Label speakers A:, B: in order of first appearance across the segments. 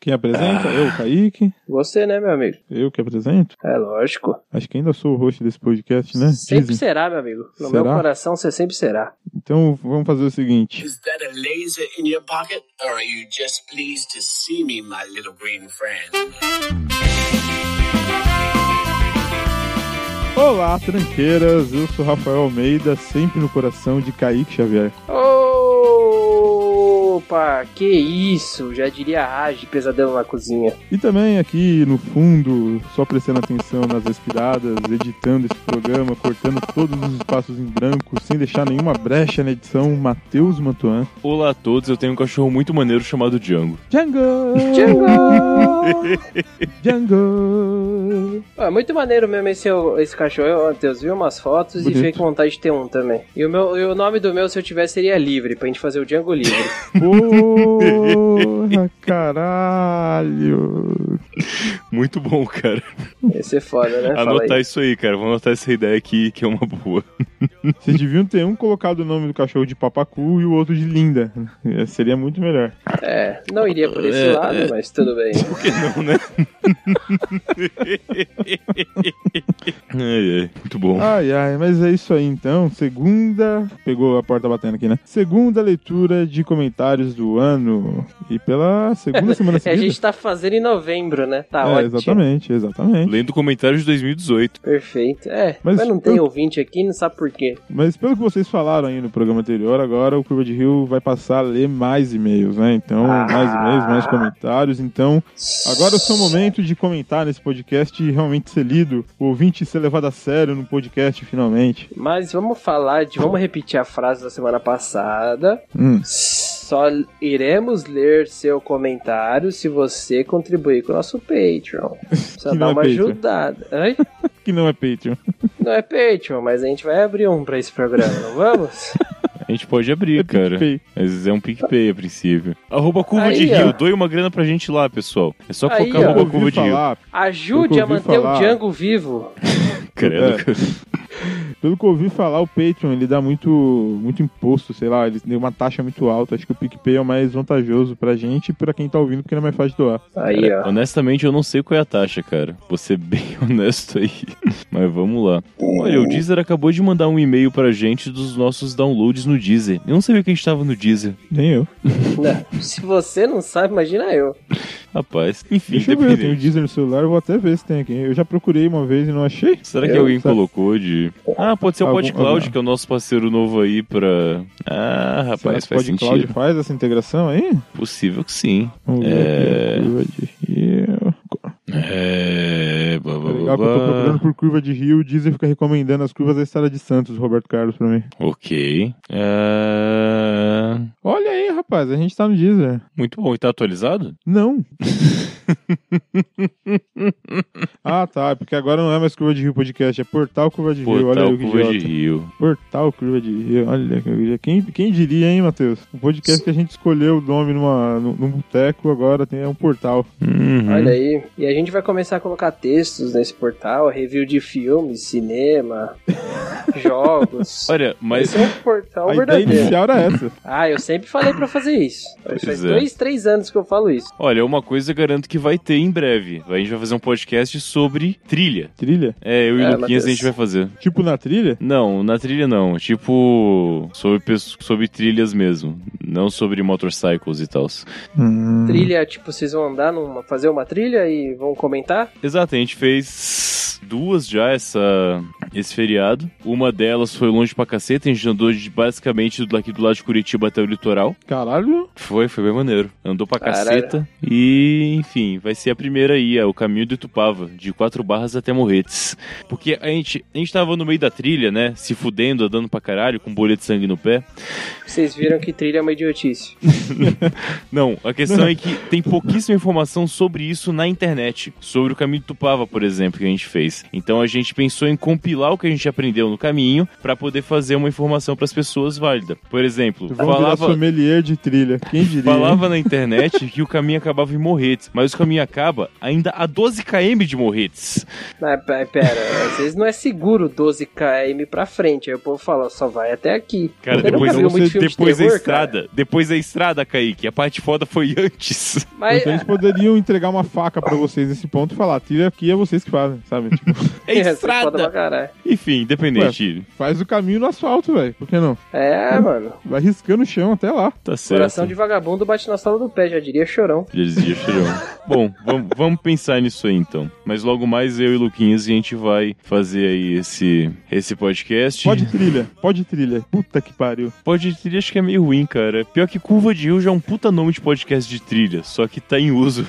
A: Quem apresenta? Eu, Kaique.
B: Você, né, meu amigo?
A: Eu que apresento.
B: É lógico.
A: Acho que ainda sou o host desse podcast, né?
B: Sempre
A: Dizem.
B: será, meu amigo. No
A: Será?
B: meu coração, você sempre será.
A: Então vamos fazer o seguinte.
C: Is that a laser in your pocket, or are you just pleased to see me, my little green friend?
A: Olá, tranqueiras. Eu sou Rafael Almeida, sempre no coração de Kaique Xavier.
B: Opa, que isso? Já diria Raj, pesadelo na cozinha.
A: E também aqui no fundo, só prestando atenção nas respiradas, editando esse programa, cortando todos os espaços em branco, sem deixar nenhuma brecha na edição, Matheus Mantuan.
D: Olá a todos, eu tenho um cachorro muito maneiro chamado Django.
A: Django!
B: Django!
A: Django!
B: Ah, muito maneiro mesmo esse, esse cachorro. Eu, Matheus, vi umas fotos
A: Bonito.
B: e fiquei com vontade de ter um também. E o, meu, e o nome do meu, se eu tivesse, seria Livre, pra gente fazer o Django Livre.
A: Porra, caralho!
D: Muito bom, cara.
B: Ia ser foda, né? Fala
D: Anotar
B: aí.
D: isso aí, cara. Vamos anotar essa ideia aqui, que é uma boa.
A: Vocês deviam ter um colocado o nome do cachorro de Papacu e o outro de Linda. É, Seria muito melhor.
B: É, não iria por esse lado,
A: é.
B: mas tudo bem.
D: Por que não, né? ai, ai, muito bom.
A: Ai, ai, mas é isso aí então. Segunda. Pegou a porta batendo aqui, né? Segunda leitura de comentários do ano. E pela segunda semana
B: É, a
A: seguida.
B: gente tá fazendo em novembro, né? Tá
A: é,
B: ótimo.
A: exatamente, exatamente.
D: Lendo comentários de 2018.
B: Perfeito. É,
A: Mas
B: mas, não tem
A: eu-
B: ouvinte aqui, não sabe por quê.
A: Mas pelo que vocês falaram aí no programa anterior, agora o Curva de Rio vai passar a ler mais e-mails, né? Então,
B: Ah.
A: mais e-mails, mais comentários. Então, agora é o seu momento de comentar nesse podcast e realmente ser lido. O ouvinte ser levado a sério no podcast, finalmente.
B: Mas vamos falar de. Vamos repetir a frase da semana passada.
A: Hum.
B: Só iremos ler seu comentário se você contribuir com o nosso Patreon. Precisa
A: Que não
B: dar
A: é
B: uma
A: Patreon.
B: ajudada. Ai,
A: Que não é Patreon.
B: não é Patreon, mas a gente vai abrir um pra esse programa, não vamos?
D: A gente pode abrir,
A: É
D: cara.
A: PicPay.
D: Mas é um PicPay a princípio. Arroba Curva
B: Aí,
D: de
B: ó.
D: Rio. Doe uma grana pra gente lá, pessoal. É só
B: Aí,
D: colocar
B: ó.
A: Eu
D: arroba
A: ouvi
D: Curva de Rio.
A: falar,
B: Ajude
A: Eu
B: a
A: ouvi
B: manter
A: falar.
B: o Django vivo.
D: Credo,
A: É.
D: cara.
A: Pelo que eu ouvi falar, o Patreon ele dá muito, muito imposto, sei lá, ele deu uma taxa muito alta. Acho que o PicPay é o mais vantajoso pra gente e pra quem tá ouvindo, porque não é mais fácil doar.
B: Aí, ó.
D: Honestamente, eu não sei qual é a taxa, cara. Vou ser bem honesto aí. Mas vamos lá. Olha, o Deezer acabou de mandar um e-mail pra gente dos nossos downloads no Deezer. Eu não sabia que a gente tava no Deezer.
A: Nem eu.
B: Não, se você não sabe, imagina eu.
D: Rapaz, enfim,
A: Deixa eu ver, eu tenho o
D: independente.
A: Deezer no celular, eu vou até ver se tem aqui. Eu já procurei uma vez e não achei.
D: Será que
B: Eu-
D: alguém colocou de. Ah, pode ser o
A: É, tá. Algum-
D: PodCloud,
A: alguma.
D: que é o nosso parceiro novo aí pra. Ah,
A: Será
D: rapaz,
A: que o
D: faz
A: PodCloud
D: sentido.
A: faz essa integração aí?
D: Possível que sim.
A: Vamos aqui,
D: É.
A: ó, curva de rio.
D: É. blá,
A: É
D: blá,
A: legal que eu tô
D: blá, blá.
A: procurando por curva de rio, o Deezer fica recomendando as curvas da Estrada de Santos, Roberto Carlos, pra mim.
D: Ok. Ah,
A: Olha aí, rapaz, a gente tá no Deezer.
D: Muito bom. E tá atualizado?
A: Não. ah, tá. Porque agora não é mais Curva de Rio Podcast, é Portal Curva de Rio. Olha
D: Portal
A: aí que
D: Curva
A: idiota.
D: de Rio.
A: Portal Curva de Rio. Olha que idiota. Quem, quem diria, hein, Matheus? Um podcast que a gente escolheu o nome numa, num, num boteco, agora tem, é um portal.
D: Uhum.
B: Olha aí. E a gente vai começar a colocar textos nesse portal, review de filmes, cinema, jogos.
D: Olha, mas
B: Esse é um portal
A: a ideia
B: verdadeiro.
A: inicial era essa.
B: Ah, eu sempre falei pra fazer isso. Faz
D: Pois é.
B: dois, três anos que eu falo isso.
D: olha, uma coisa eu garanto que vai ter em breve. A gente vai fazer um podcast sobre trilha.
A: Trilha?
D: É, eu e
B: É,
D: o Luquinhas
B: Matheus.
D: a gente vai fazer.
A: Tipo na trilha?
D: Não, na trilha não. Tipo, sobre, pes- sobre trilhas mesmo. Não sobre motorcycles e tals. Uhum.
B: Trilha, tipo, vocês vão andar numa. fazer uma trilha e vão comentar?
D: Exato, a gente fez duas já essa, esse feriado. Uma delas foi longe pra caceta, a gente andou de, basicamente daqui do lado de Curitiba até o litoral.
A: Caralho.
D: Foi, foi bem maneiro. Andou pra
B: Caralho.
D: caceta. E, enfim, vai ser a primeira aí, é o caminho do Itupava, de quatro barras até Morretes. Porque a gente, a gente tava no meio da trilha, né? Se fudendo, andando pra caralho, com bolha de sangue no pé.
B: Vocês viram que trilha é uma idiotice.
D: Não, a questão é que tem pouquíssima informação sobre isso na internet. Sobre o caminho do Tupava, por exemplo, que a gente fez. vocês. Então a gente pensou em compilar o que a gente aprendeu no caminho para poder fazer uma informação para as pessoas válida. Por exemplo,
A: Vamos virar
D: falava,
A: sommelier de trilha. Quem diria? hein?
D: falava na internet que o caminho acabava em Morretes, mas o caminho acaba ainda a 12 km de Morretes.
B: Mas, pe- é, pera, às vezes não é seguro 12 km pra frente. Aí o povo fala, só vai até aqui.
D: Cara,
B: Você
D: depois,
B: nunca viu muito filme de
D: depois a
B: terror, cara?
D: estrada. Depois a estrada, Kaique. A parte foda foi antes.
B: Mas,
D: É
A: Então eles poderiam entregar uma faca pra vocês nesse ponto e falar, "A trilha aqui é vocês que fazem, sabe? Tipo,
D: É
B: é, você é foda pra
D: estrada.
B: caralho.
D: Enfim, independente.
A: faz o caminho no asfalto, velho. Por que não?
B: É, mano.
A: Vai riscando o chão até lá.
D: Tá certo.
B: Coração de vagabundo bate na sola do pé, já diria chorão.
D: Já dizia Chorão. Bom, vamos pensar nisso aí então. Mas logo mais eu e Luquinhas a gente vai fazer aí esse, esse podcast.
A: Pode trilha, pode trilha. Puta que pariu.
D: Pode de trilha acho que é meio ruim, cara. Pior que Curva de Rio já é um puta nome de podcast de trilha, só que tá em uso.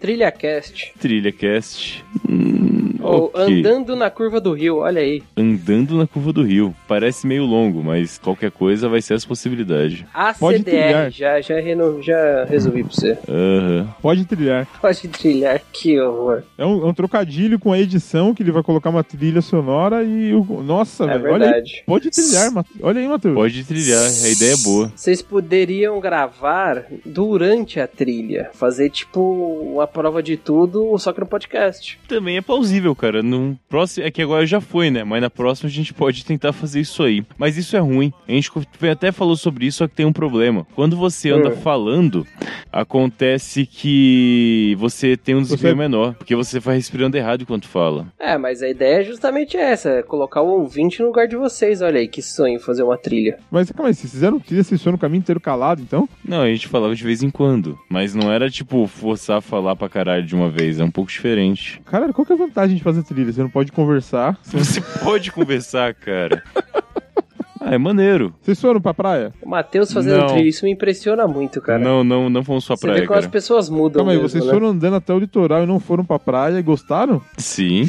B: TrilhaCast.
D: TrilhaCast. Hum,
B: Ou
D: ok.
B: Andando na Curva do Rio, olha aí.
D: Andando na Curva do Rio. Parece meio longo, mas qualquer coisa vai ser essa possibilidade.
A: Pode
B: ACDR,
A: trilhar.
B: já, já, reno... já resolvi pra você.
D: Aham.
A: Pode trilhar.
B: Pode trilhar, que horror.
A: É um, é um trocadilho com a edição que ele vai colocar uma trilha sonora e o. Nossa,
B: É
A: velho. Tá Olha aí.
B: verdade.
A: Pode trilhar, Matheus. Olha aí, Matheus.
D: Pode trilhar, a ideia é boa.
B: Vocês poderiam gravar durante a trilha. Fazer tipo uma prova de tudo, só que no podcast.
D: Também é plausível, cara. No próximo, é que agora já foi, né? Mas na próxima a gente pode tentar fazer isso aí. Mas isso é ruim. A gente co- até falou sobre isso, só que tem um problema. Quando você anda
B: Hum.
D: falando, acontece que você tem um desvio
A: Você-
D: menor, porque você vai respirando errado enquanto fala.
B: É, mas a ideia é justamente essa: é colocar o ouvinte no lugar de vocês. Olha aí, que sonho fazer uma trilha.
A: Mas calma aí, vocês fizeram trilha, vocês foram o caminho inteiro calado, então?
D: Não, a gente falava de vez em quando, mas não era tipo forçar a falar pra caralho de uma vez, é um pouco diferente.
A: Cara, qual que é a vantagem de fazer trilha? Você não pode conversar.
D: Você pode conversar, cara. Ah, é maneiro.
A: Vocês foram pra praia?
B: O Matheus fazendo
D: Não.
B: trilha, isso me impressiona muito, cara.
D: Não, não, não fomos pra
B: Você
D: praia,
B: vê como as
D: cara.
B: pessoas mudam.
A: Calma aí,
B: mesmo,
A: vocês
B: né?
A: foram andando até o litoral e não foram pra praia e gostaram?
D: Sim.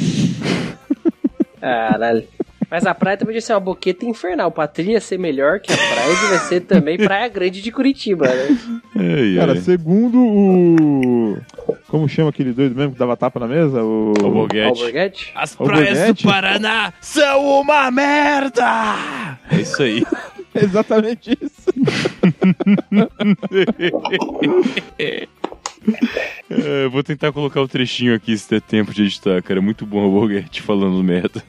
B: Caralho. Mas a praia também deve ser uma boqueta é infernal. Pra trilha ser melhor que a praia, deve ser também Praia Grande de Curitiba, né?
D: Ai,
A: Cara,
D: ai.
A: segundo o. Como chama aquele doido mesmo que dava tapa na mesa? O.
D: Alborguete.
B: Alborguete?
D: As
A: Alborguete?
D: praias do Paraná são uma merda! É isso aí.
A: Exatamente isso.
D: É, eu vou tentar colocar o trechinho aqui se der tempo de editar, cara. É Muito bom o Alborguete falando merda.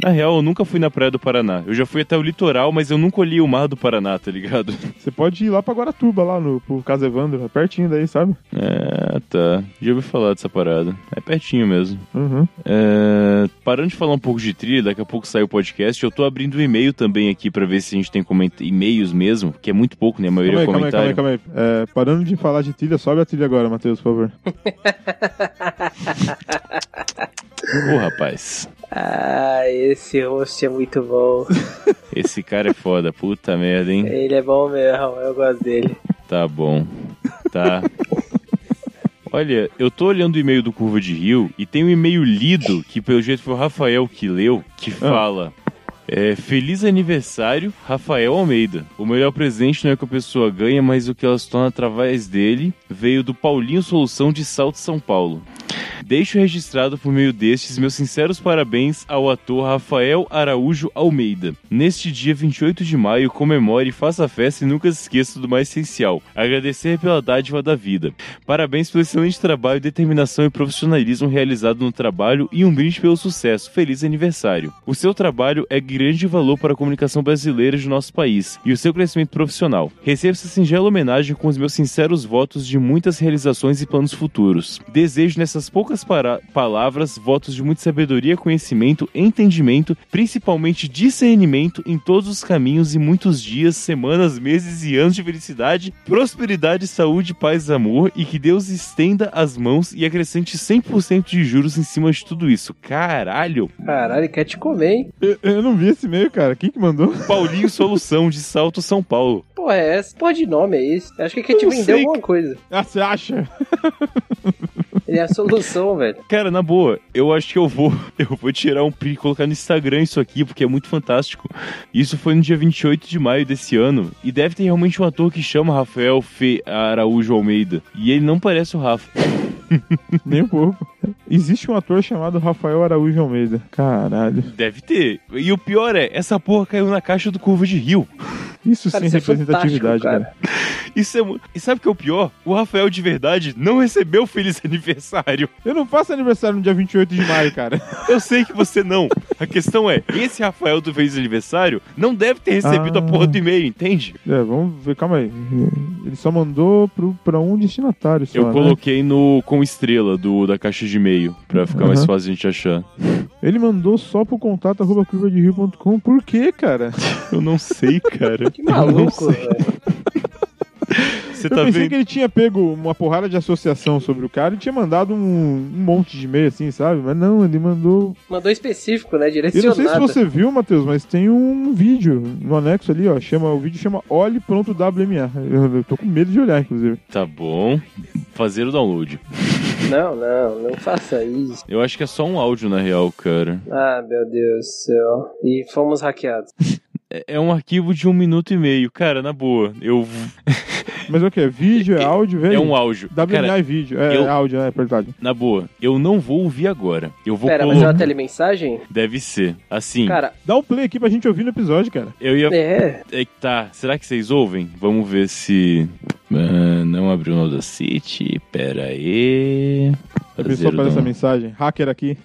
D: Na real, eu nunca fui na praia do Paraná. Eu já fui até o litoral, mas eu nunca olhei o mar do Paraná, tá ligado?
A: Você pode ir lá pra Guaratuba, lá no pro Casa Evandro, é pertinho daí, sabe?
D: Ah, tá. Já ouvi falar dessa parada. É pertinho mesmo.
A: Uhum.
D: É, parando de falar um pouco de trilha, daqui a pouco sai o podcast. Eu tô abrindo o e-mail também aqui pra ver se a gente tem comenta- e-mails mesmo, que é muito pouco, né? A maioria
A: Calma aí,
D: é
A: calma aí, calma aí,
D: comentário.
A: calma aí. É, parando de falar de trilha, sobe a trilha agora, Matheus, por favor.
D: Ô, rapaz.
B: Ah, esse host é muito bom.
D: Esse cara é foda, puta merda, hein?
B: Ele é bom mesmo, eu gosto dele.
D: Tá bom. Tá. Olha, eu tô olhando o e-mail do Curva de Rio e tem um e-mail lido, que pelo jeito foi o Rafael que leu, que fala. é, feliz aniversário, Rafael Almeida. O melhor presente não é o que a pessoa ganha, mas o que ela se torna através dele. Veio do Paulinho Solução de Salto São Paulo. Deixo registrado por meio destes meus sinceros parabéns ao ator Rafael Araújo Almeida. Neste dia 28 de maio, comemore, faça a festa e nunca se esqueça do mais essencial: agradecer pela dádiva da vida. Parabéns pelo excelente trabalho, determinação e profissionalismo realizado no trabalho e um brinde pelo sucesso. Feliz aniversário. O seu trabalho é grande valor para a comunicação brasileira de nosso país e o seu crescimento profissional. Receba essa singela homenagem com os meus sinceros votos de muitas realizações e planos futuros. Desejo nessas poucas para- palavras votos de muita sabedoria, conhecimento, entendimento, principalmente discernimento em todos os caminhos e muitos dias, semanas, meses e anos de felicidade, prosperidade, saúde, paz, amor e que Deus estenda as mãos e acrescente 100% de juros em cima de tudo isso. Caralho!
B: Caralho, quer te comer, hein?
A: Eu, eu não vi esse e-mail, cara. Quem que mandou?
D: Paulinho Solução de Salto São Paulo.
B: Porra, é essa? Porra de nome é esse? Acho que quer te
D: Eu
B: vender
D: sei
B: alguma coisa.
A: Ah, você acha?
B: Ele é a solução, velho.
D: Cara, na boa, eu acho que eu vou, eu vou tirar um print e colocar no Instagram isso aqui, porque é muito fantástico. Isso foi no dia 28 de maio desse ano, e deve ter realmente um ator que chama Rafael Fe Araújo Almeida, e ele não parece o Rafa.
A: Nem um pouco. Existe um ator chamado Rafael Araújo Almeida. Caralho.
D: Deve ter. E o pior é, essa porra caiu na caixa do Curva de Rio.
A: Isso
B: Cara,
A: sem
B: isso é
A: representatividade,
B: fantástico,
A: cara.
B: cara.
D: Isso é mu- E sabe o que é o pior? O Rafael de verdade não recebeu o feliz aniversário.
A: Eu não faço aniversário no dia 28 de maio, cara.
D: Eu sei que você não. A questão é, esse Rafael do feliz aniversário não deve ter recebido
A: Ah.
D: a porra do e-mail, entende?
A: É, vamos ver, calma aí. Ele só mandou pro, pra um destinatário só,
D: Eu
A: né?
D: coloquei no com estrela do da caixa de e-mail pra ficar mais
A: Aham.
D: fácil a gente achar.
A: Ele mandou só pro contato arroba curvaderio.com. Por quê, cara?
D: Eu não sei, cara.
B: Que maluco, velho.
D: Você
A: Eu
D: tá
A: pensei
D: vendo?
A: que ele tinha pego uma porrada de associação sobre o cara e tinha mandado um, um monte de e-mail, assim, sabe? Mas não, ele mandou...
B: Mandou específico, né?
A: Eu não sei se
B: Direcionado.
A: você viu, Matheus, mas tem um vídeo no anexo ali, ó. Chama, o vídeo chama Olhe.wma. Eu, eu tô com medo de olhar, inclusive.
D: Tá bom. Fazer o download.
B: Não, não, não faça isso.
D: Eu acho que é só um áudio na real, cara.
B: Ah, meu Deus do céu. E fomos hackeados.
D: É- É um arquivo de um minuto e meio, cara, na boa. Eu
A: Mas o que? É vídeo? É áudio? Velho?
D: é um áudio.
A: WMA
D: Cara,
A: é vídeo. É,
D: eu-
A: é áudio, né? É verdade.
D: na boa. Eu não vou ouvir agora. Eu vou
B: Pera, mas é
D: colocar.
B: uma telemensagem?
D: Deve ser. Assim.
B: Cara,
A: Dá um play aqui pra gente ouvir no episódio, cara.
D: eu ia
B: é.
D: É que tá, será que vocês ouvem? Vamos ver se. Ah, não abriu o Audacity, pera aí.
A: A
D: Fazer
A: pessoa
D: o
A: faz essa
D: download.
A: mensagem. Hacker aqui.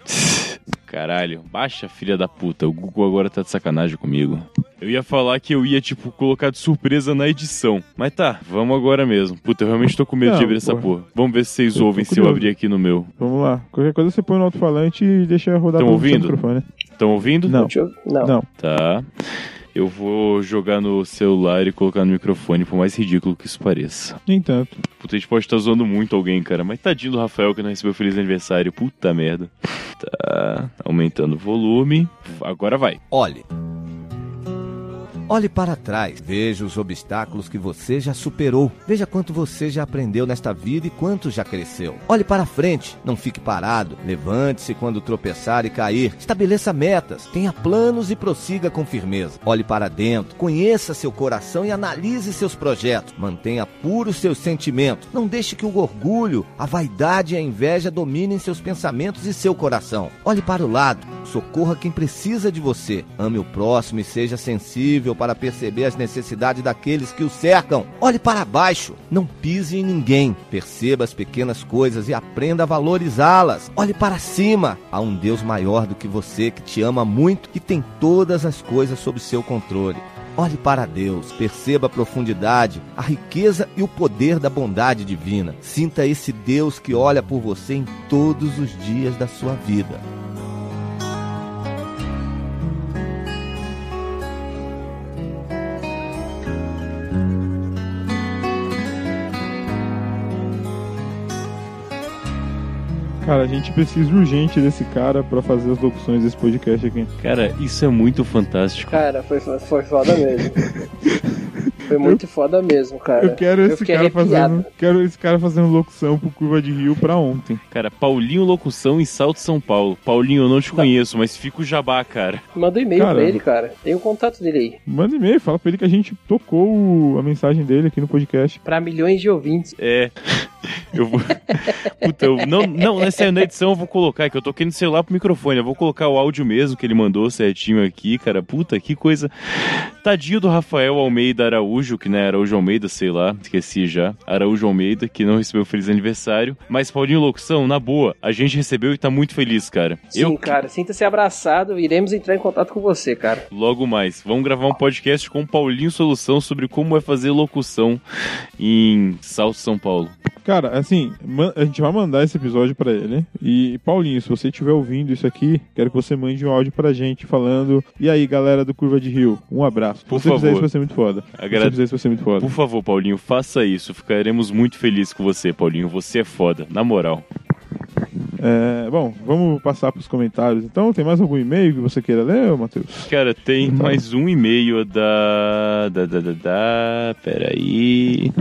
D: Caralho, baixa filha da puta, o Google agora tá de sacanagem comigo. Eu ia falar que eu ia, tipo, colocar de surpresa na edição. Mas tá, vamos agora mesmo. Puta, eu realmente tô com medo de
A: Não,
D: abrir essa
A: porra.
D: porra. Vamos ver se vocês
A: Eu tô
D: ouvem se eu
A: curioso.
D: abrir aqui no meu.
A: Vamos lá. Qualquer coisa você põe no alto-falante e deixa rodar
D: Tão
A: pro
D: ouvindo?
A: seu microfone.
D: Estão ouvindo?
A: Não.
B: Deixa eu... Não.
A: Não.
D: Tá. Eu vou jogar no celular e colocar no microfone, por mais ridículo que isso pareça.
A: No entanto.
D: Puta, a gente pode estar zoando muito alguém, cara. Mas tadinho do Rafael que não recebeu feliz aniversário. Puta merda. Tá aumentando o volume. Agora vai.
E: Olhe. Olhe para trás, veja os obstáculos que você já superou, veja quanto você já aprendeu nesta vida e quanto já cresceu. Olhe para frente, não fique parado, levante-se quando tropeçar e cair, estabeleça metas, tenha planos e prossiga com firmeza. Olhe para dentro, conheça seu coração e analise seus projetos, mantenha puros seus sentimentos, não deixe que o orgulho, a vaidade e a inveja dominem seus pensamentos e seu coração. Olhe para o lado, socorra quem precisa de você. Ame o próximo e seja sensível para perceber as necessidades daqueles que o cercam. Olhe para baixo, não pise em ninguém. Perceba as pequenas coisas e aprenda a valorizá-las. Olhe para cima, há um Deus maior do que você que te ama muito e tem todas as coisas sob seu controle. Olhe para Deus, perceba a profundidade, a riqueza e o poder da bondade divina. Sinta esse Deus que olha por você em todos os dias da sua vida.
A: Cara, a gente precisa urgente desse cara pra fazer as locuções desse podcast aqui.
D: Cara, isso é muito fantástico.
B: Cara, foi, foi foda mesmo. Foi muito foda mesmo, cara.
A: Eu quero esse
B: fiquei
A: cara
B: arrepiado.
A: fazendo. Quero esse cara fazendo locução pro Curva de Rio pra ontem.
D: Cara, Paulinho Locução em Salto São Paulo. Paulinho, eu não te conheço, mas fica o jabá, cara.
B: Manda um e-mail
A: Caramba.
B: pra ele, cara. Tem o contato dele aí.
A: Manda e-mail, fala pra ele que a gente tocou o- a mensagem dele aqui no podcast.
B: Pra milhões de ouvintes.
D: É. Eu vou. Puta, eu. Não, não, nessa aí na edição eu vou colocar, que eu toquei no celular pro microfone. Eu vou colocar o áudio mesmo que ele mandou certinho aqui, cara. Puta, que coisa. Tadinho do Rafael Almeida Araújo, que não é Araújo Almeida, sei lá, esqueci já. Araújo Almeida, que não recebeu feliz aniversário. Mas Paulinho Locução, na boa, a gente recebeu e tá muito feliz, cara.
B: Sim,
D: Eu.
B: cara. Sinta-se abraçado. Iremos entrar em contato com você, cara.
D: Logo mais, vamos gravar um podcast com o Paulinho Solução sobre como é fazer locução em Salto São Paulo.
A: Cara, assim, man- a gente vai mandar esse episódio pra ele. E, Paulinho, se você estiver ouvindo isso aqui, quero que você mande um áudio pra gente falando. E aí, galera do Curva de Rio, um abraço.
D: Por
A: se você fizer
D: favor.
A: isso, vai ser muito foda. Se você
D: Agrade-
A: fizer isso, vai ser muito foda.
D: Por favor, Paulinho, faça isso. Ficaremos muito felizes com você, Paulinho. Você é foda, na moral.
A: É, bom, vamos passar pros comentários. Então, tem mais algum e-mail que você queira ler, ô, Matheus?
D: Cara, tem mais um e-mail da. da, da, da, da... Peraí.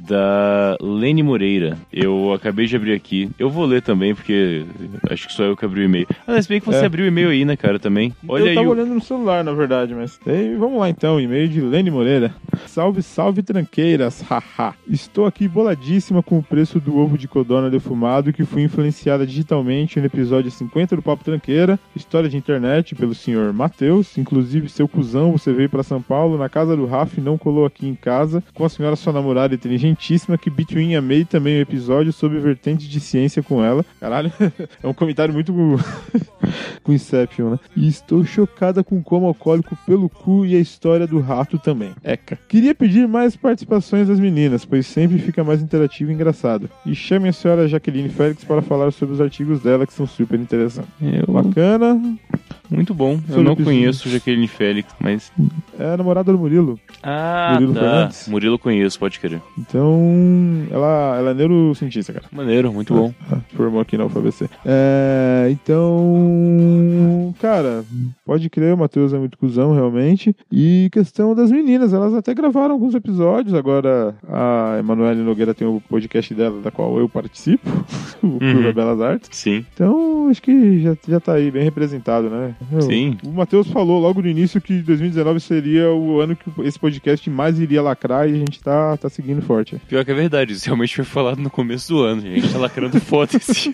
D: da Lene Moreira. Eu acabei de abrir aqui. Eu vou ler também, porque acho que só eu que abri o e-mail. Ah, se bem que você
A: É.
D: abriu o e-mail aí, né, cara, também.
A: Então
D: Olha
A: eu
D: aí.
A: tava
D: o-
A: olhando no celular, na verdade, mas. Ei, vamos lá então, e-mail de Lene Moreira. Salve, salve tranqueiras, haha. Estou aqui boladíssima com o preço do ovo de codorna defumado que fui influenciada digitalmente no episódio 50 do Papo Tranqueira, história de internet pelo senhor Matheus. Inclusive, seu cuzão, você veio pra São Paulo na casa do Rafa e não colou aqui em casa, com a senhora sua namorada inteligentíssima, que Between amei também o episódio sobre vertente de ciência com ela. Caralho, é um comentário muito com Inception, né? E estou chocada com o coma alcoólico pelo cu e a história do rato também. Eca. Queria pedir mais participações das meninas, pois sempre fica mais interativo e engraçado. E chame a senhora Jaqueline Félix para falar sobre os artigos dela, que são super interessantes.
D: Eu-
A: Bacana.
D: Muito bom. Eu
A: Sobre
D: não
A: o episódio.
D: conheço Jaqueline Félix, mas.
A: É a namorada do Murilo.
D: Ah,
A: Murilo
D: tá.
A: Fernandes?
D: Murilo eu conheço, pode querer.
A: Então, ela, ela é neurocientista, cara.
D: Maneiro, muito bom.
A: Formou aqui na UFABC. É, então, cara, pode crer, o Matheus é muito cuzão, realmente. E questão das meninas, elas até gravaram alguns episódios. Agora a Emanuele Nogueira tem o podcast dela, da qual eu participo, o Clube
D: Uhum.
A: da Belas Artes.
D: Sim.
A: Então, acho que já, já tá aí bem representado, né? Eu-
D: Sim.
A: O Matheus falou logo no início que 2019 seria o ano que esse podcast mais iria lacrar e a gente tá, tá seguindo forte.
D: Pior que é verdade, isso realmente foi falado no começo do ano. gente tá lacrando foda esse.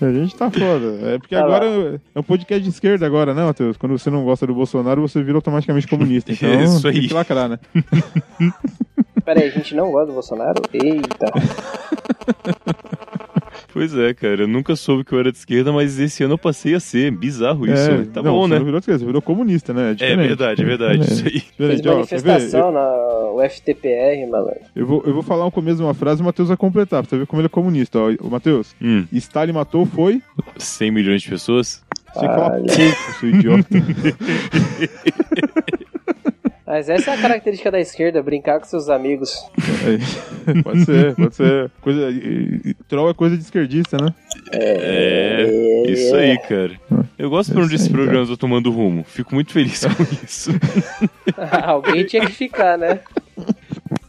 A: A gente tá foda. É porque
B: Tá
A: agora é um podcast de esquerda agora, né, Matheus? Quando você não gosta do Bolsonaro, você vira automaticamente comunista. Então,
D: É isso aí.
A: Tem que lacrar, né?
B: Pera aí, a gente não gosta do Bolsonaro? Eita.
D: Pois é, cara, eu nunca soube que eu era de esquerda, mas esse ano eu passei a ser. Bizarro isso,
A: é,
D: né? Tá
A: não,
D: bom,
A: você
D: né?
A: Não virou de esquerda, você virou comunista, né?
D: É
A: diferente.
D: verdade, é verdade.
A: É.
D: Isso aí.
B: Fez
A: Diferente, ó, quer ver?
B: manifestação na UFTPR, malandro.
A: Eu, eu vou, eu vou falar um começo de uma frase e o Matheus vai completar, pra você ver como ele é comunista. Ó, o Matheus,
D: Hum,
A: Stalin matou, foi?
D: 100 milhões de pessoas?
A: Você que fala
B: Olha.
A: pouco, seu idiota.
B: Mas essa é a característica da esquerda, brincar com seus amigos.
A: É, pode ser, pode ser. Coisa, e- e- troll é coisa de esquerdista, né?
D: É. Isso aí, cara. Eu gosto quando
A: É, Isso aí,
D: esses
A: cara.
D: programas eu tomando rumo. Fico muito feliz com isso.
B: Alguém tinha que ficar, né?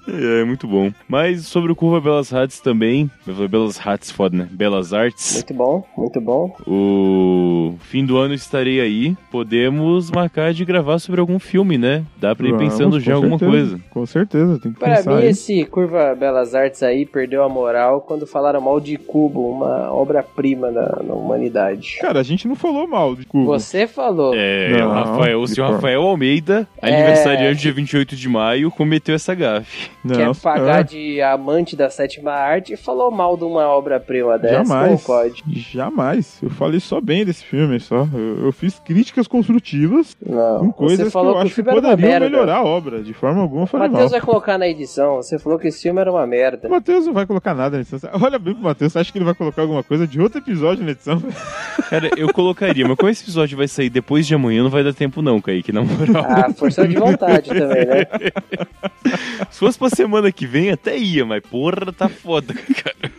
D: É, é muito bom. Mas sobre o Curva Belas Artes também. Eu falei Belas Artes, foda, né? Belas Artes.
B: Muito bom, muito bom.
D: O fim do ano estarei aí. Podemos marcar de gravar sobre algum filme, né? Dá pra ir
A: Vamos,
D: pensando já
A: Ah, com
D: em alguma
A: certeza,
D: coisa.
A: Com certeza, tem que
B: Para
A: pensar
B: mim,
A: aí.
B: esse Curva Belas Artes aí perdeu a moral quando falaram mal de Cubo, uma obra-prima da na humanidade.
A: Cara, a gente não falou mal de Cuba.
B: Você falou.
D: É,
A: Não,
D: o Rafael, o
A: de
D: senhor
A: forma.
D: Rafael Almeida,
B: É.
D: aniversariante dia 28 de maio, cometeu essa gafe.
A: Não, é,
B: Quer é pagar
A: senhor.
B: de amante da sétima arte e falou mal de uma obra-prima dessa?
A: Jamais.
B: Concorde.
A: Jamais. Eu falei só bem desse filme, só. Eu, eu fiz críticas construtivas
B: Não.
A: com
B: Então, você
A: coisas que
B: falou
A: eu
B: que,
A: acho que
B: o filme era uma
A: poderiam
B: merda.
A: melhorar a obra. De forma alguma eu falei
B: Matheus
A: mal.
B: vai colocar na edição. Você falou que esse filme era uma merda.
A: O Matheus não vai colocar nada na edição. Olha bem pro Matheus, você acha que ele vai colocar alguma coisa de outro episódio na edição?
D: Cara, eu colocaria, mas como esse episódio vai sair depois de amanhã, não vai dar tempo não, Kaique, na moral.
B: Ah, forçou de vontade também, né?
D: Se fosse pra semana que vem, até ia, mas porra, tá foda, cara.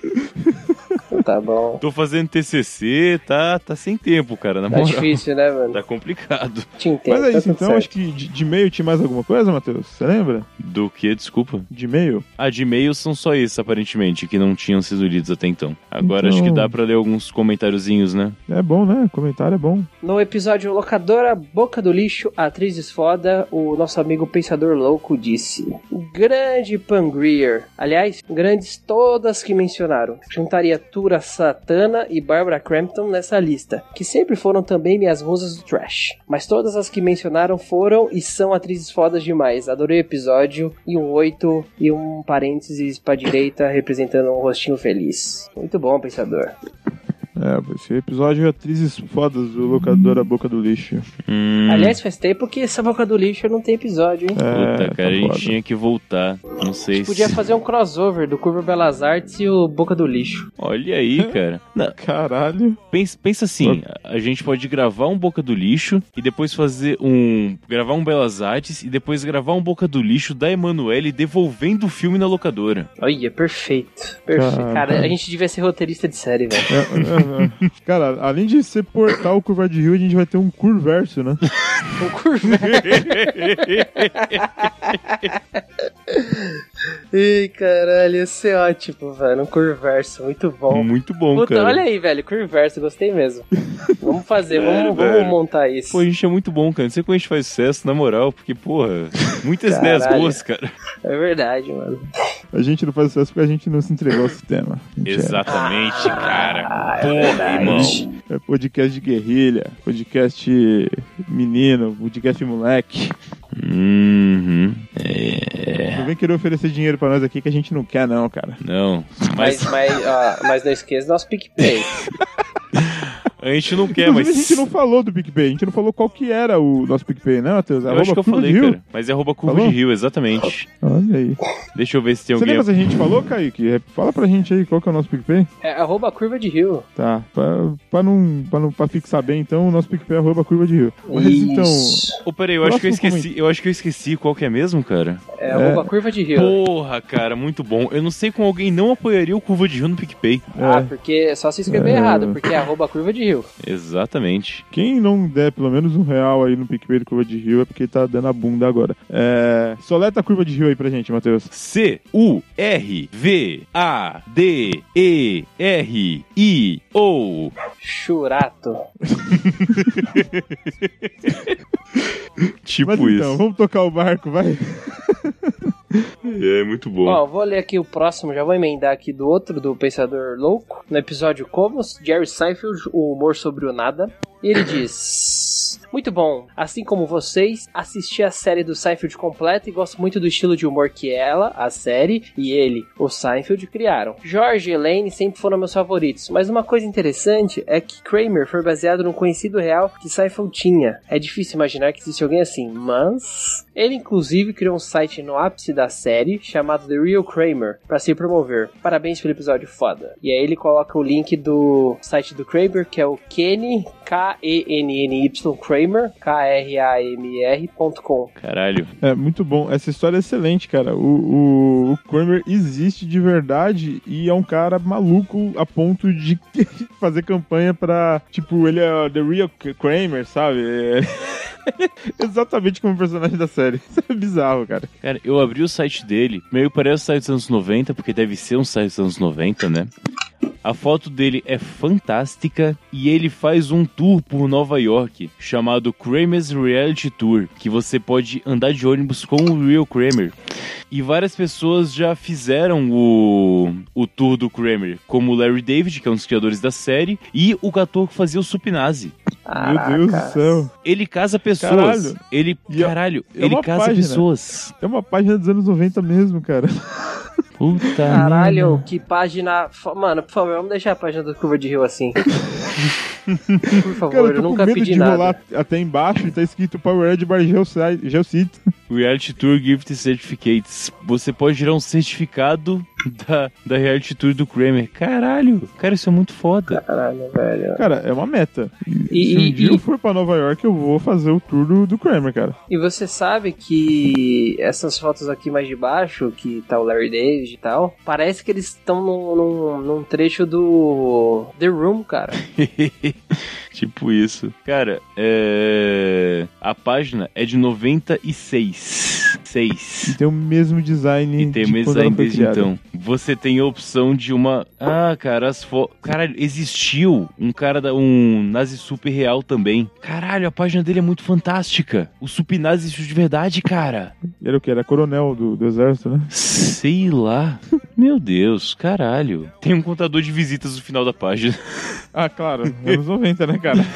B: Tá bom.
D: Tô fazendo TCC, tá, tá sem tempo, cara, na
B: Tá
D: moral.
B: difícil, né, mano?
D: Tá complicado.
B: Te entendo.
A: Mas é isso,
B: tá tudo
A: então.
B: certo.
A: Acho que de, de e-mail tinha mais alguma coisa, Matheus? Você lembra?
D: Do que, desculpa?
A: De e-mail?
D: Ah, de e-mails são só esses, aparentemente, que não tinham sido lidos até então. Agora
A: Então-
D: acho que dá pra ler alguns comentáriozinhos, né?
A: É bom, né? Comentário é bom.
B: No episódio Locadora Boca do Lixo, Atrizes Foda, o nosso amigo Pensador Louco disse: Grande Pangreer. Aliás, grandes todas que mencionaram. Juntaria Tura Satana e Barbara Crampton nessa lista, que sempre foram também minhas musas do trash. Mas todas as que mencionaram foram e são atrizes fodas demais. Adorei o episódio e um 8 e um parênteses pra direita representando um rostinho feliz. Muito bom, Pensador.
A: É, esse episódio é atrizes fodas do locador A Boca do Lixo.
D: Hum,
B: Aliás, faz tempo que essa Boca do Lixo não tem episódio,
A: É,
B: hein?
D: puta,
A: tá
D: cara, a gente
A: foda.
D: tinha que voltar. Não sei se...
B: Podia fazer um crossover do Curva Belas Artes e o Boca do Lixo.
D: Olha aí, cara. Não,
A: Caralho.
D: pensa, pensa assim, a, a gente pode gravar um Boca do Lixo e depois fazer um... Gravar um Belas Artes e depois gravar um Boca do Lixo da Emanuele devolvendo o filme na locadora.
B: Olha, perfeito. Perfeito.
A: Cara,
B: Cara,
A: cara.
B: a gente devia ser roteirista de série, velho.
A: É, é, é. Cara, além de ser portal Curva de Rio, a gente vai ter um curverso, né?
B: Um curva. Ei, caralho, ia ser ótimo, velho. Um Curverso, muito bom.
D: Muito bom,
B: Puta,
D: cara.
B: olha aí, velho, Curverso, gostei mesmo. Vamos fazer,
D: Sério,
B: vamos,
D: velho.
B: vamos montar isso.
D: Pô, a gente é muito bom, cara. Não sei como a gente faz sucesso, na moral, porque, porra, muitas ideias
B: Caralho.
D: boas, cara.
B: É verdade, mano.
A: A gente não faz sucesso porque a gente não se entregou ao sistema. A gente é-
D: Exatamente,
A: Ah,
D: cara. Porra, irmão.
A: É podcast de guerrilha, podcast menino, podcast moleque.
D: Uhum. É.
A: Não vem querer oferecer dinheiro pra nós aqui que a gente não quer, não, cara.
D: Não, mas
B: Mas, mas, ó, mas não esqueça do nosso PicPay.
D: a gente não quer,
A: Inclusive,
D: mas.
A: a gente não falou do PicPay, a gente não falou qual que era o nosso PicPay, né, Matheus?
D: Eu
A: Arroba
D: acho que eu
A: Curva de
D: falei,
A: Rio. Tá
D: cara. Mas é arroba curva
A: Falou?
D: de rio, exatamente.
A: Olha aí.
D: Deixa eu ver se tem
A: Você
D: alguém.
A: lembra se a gente falou, Kaique? É, Fala pra gente aí qual que é o nosso PicPay.
B: É arroba curva de rio.
A: Tá, pra, pra não, pra, não, pra fixar bem, então, o nosso PicPay é arroba curva de rio. Mas
B: então,
A: então,
B: Isso.
D: Ô, peraí, eu acho que eu
A: Próximo
D: esqueci. Eu acho que eu esqueci qual que é mesmo, cara.
B: É arroba curva de rio.
D: Porra, cara, muito bom. Eu não sei como alguém não apoiaria o Curva de Rio no PicPay.
B: Ah,
A: então, é,
B: porque é só se escrever
A: É.
B: errado, porque é arroba curva de rio.
D: Exatamente.
A: quem não der pelo menos um real aí no PicPay do curva de rio é porque tá dando a bunda agora. É, soleta a curva de rio aí pra gente, Matheus.
D: C-U-R-V-A-D-E-R-I-O.
B: Churato.
D: Tipo
A: Mas então,
D: isso.
A: vamos tocar o barco, vai.
D: É muito bom.
B: Ó, vou ler aqui o próximo, já vou emendar aqui do outro, do Pensador Louco, no episódio Como Jerry Seinfeld, o humor sobre o nada. E ele diz... Muito bom, assim como vocês, assisti a série do Seinfeld completa e gosto muito do estilo de humor que ela, a série, e ele, o Seinfeld, criaram. George e Elaine sempre foram meus favoritos, mas uma coisa interessante é que Kramer foi baseado num conhecido real que Seinfeld tinha. É difícil imaginar que existe alguém assim, mas... Ele, inclusive, criou um site no ápice da série chamado The Real Kramer para se promover. Parabéns pelo episódio foda. E aí ele coloca o link do site do Kramer, que é o Kenny, K-E-N-N-Y, Kramer, K-R-A-M-R.com.
D: Caralho.
A: É, muito bom. Essa história é excelente, cara. O, o, o Kramer existe de verdade e é um cara maluco a ponto de fazer campanha pra. Tipo, ele é The Real Kramer, sabe? É Exatamente como o personagem da série. Isso é bizarro, cara.
D: Cara, eu abri o site dele, meio que parece o site dos anos 90, porque deve ser um site dos anos 90, né? A foto dele é fantástica e ele faz um tour por Nova York chamado Kramer's Reality Tour, que você pode andar de ônibus com o Real Kramer. E várias pessoas já fizeram o, o tour do Kramer, como o Larry David, que é um dos criadores da série, e o ator que fazia o Supinazi.
A: Meu Deus do céu.
D: Ele casa pessoas.
A: Caralho.
D: Ele,
A: E é-
D: caralho,
A: é
D: ele
A: uma
D: casa
A: página.
D: pessoas.
A: É uma página dos anos 90 mesmo, cara.
D: Puta Uhum.
B: Caralho, que página. fa- Mano, por favor, vamos deixar a página do Curva de Rio assim. Por favor,
A: Cara, eu tô
B: eu, nunca
A: com medo
B: pedi
A: de
B: nada.
A: rolar até embaixo e tá escrito Powered by Geoci- Geocity.
D: Reality Tour Gift Certificates. Você pode gerar um certificado da, da Reality Tour do Kramer. Caralho, cara, isso é muito foda.
B: Caralho, velho.
A: Cara, é uma meta.
B: E-
A: Se um
B: e-
A: dia
B: e-
A: eu for pra Nova York, eu vou fazer o tour do, do Kramer, cara.
B: E você sabe que essas fotos aqui mais de baixo, que tá o Larry David e tal, parece que eles estão num, num, num trecho do The Room, cara.
D: tipo isso. Cara, é... a página é de 96.
A: E
D: 6.
A: tem o mesmo design
D: E tem
A: de
D: meses
A: quando ela
D: ainda
A: foi
D: desde
A: criada.
D: então. Você tem a opção de uma. Ah, cara, as fotos. Caralho, existiu um cara da. um nazi super real também. Caralho, a página dele é muito fantástica. O supinazi existiu de verdade, cara.
A: Era o que? Era coronel do, do exército, né?
D: Sei lá. Meu Deus, caralho. Tem um contador de visitas no final da página.
A: Ah, claro. Anos 90, né, cara?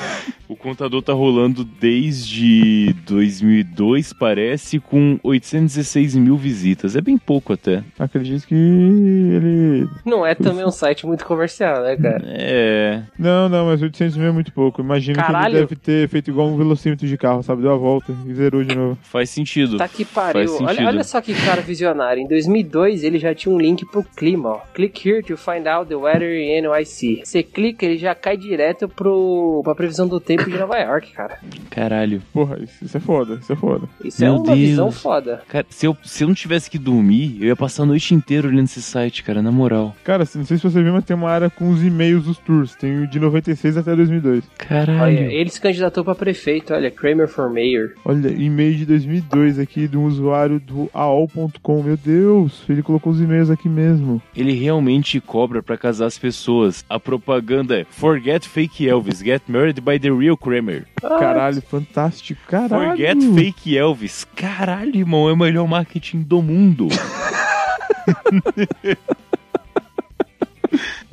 D: O contador tá rolando desde 2002, parece, com 816 mil visitas. É bem pouco até.
A: Acredito que ele...
B: Não é também um site muito comercial, né, cara?
D: É.
A: Não, não, mas 800 mil é muito pouco. Imagino
B: Caralho.
A: que ele deve ter feito igual um velocímetro de carro, sabe? Deu a volta e zerou de novo.
D: Faz sentido.
B: Tá que pariu.
D: Faz
B: Olha,
D: sentido.
B: olha só que cara visionário. Em 2002, ele já tinha um link pro clima, ó. Click here to find out the weather in NYC. Você clica, ele já cai direto pro, pra previsão do tempo Olímpico de Nova York, cara.
D: Caralho.
A: Porra, isso, isso é foda, isso é foda.
B: Isso é
D: Meu
B: uma visão
D: Deus.
B: foda.
D: Cara, se eu, se eu não tivesse que dormir, eu ia passar a noite inteira olhando esse site, cara, na moral.
A: Cara, assim, não sei se você viu, mas tem uma área com os e-mails dos tours. Tem o de 96 até 2002.
D: Caralho.
B: Olha, ele se candidatou pra prefeito, olha, Kramer for Mayor.
A: Olha, e-mail de 2002 aqui de um usuário do AOL.com. Meu Deus, ele colocou os e-mails aqui mesmo.
D: Ele realmente cobra pra casar as pessoas. A propaganda é Forget Fake Elvis, Get Married by the Real Kramer.
A: Caralho, fantástico, caralho.
D: Forget Fake Elvis. Caralho, irmão, é o melhor marketing do mundo.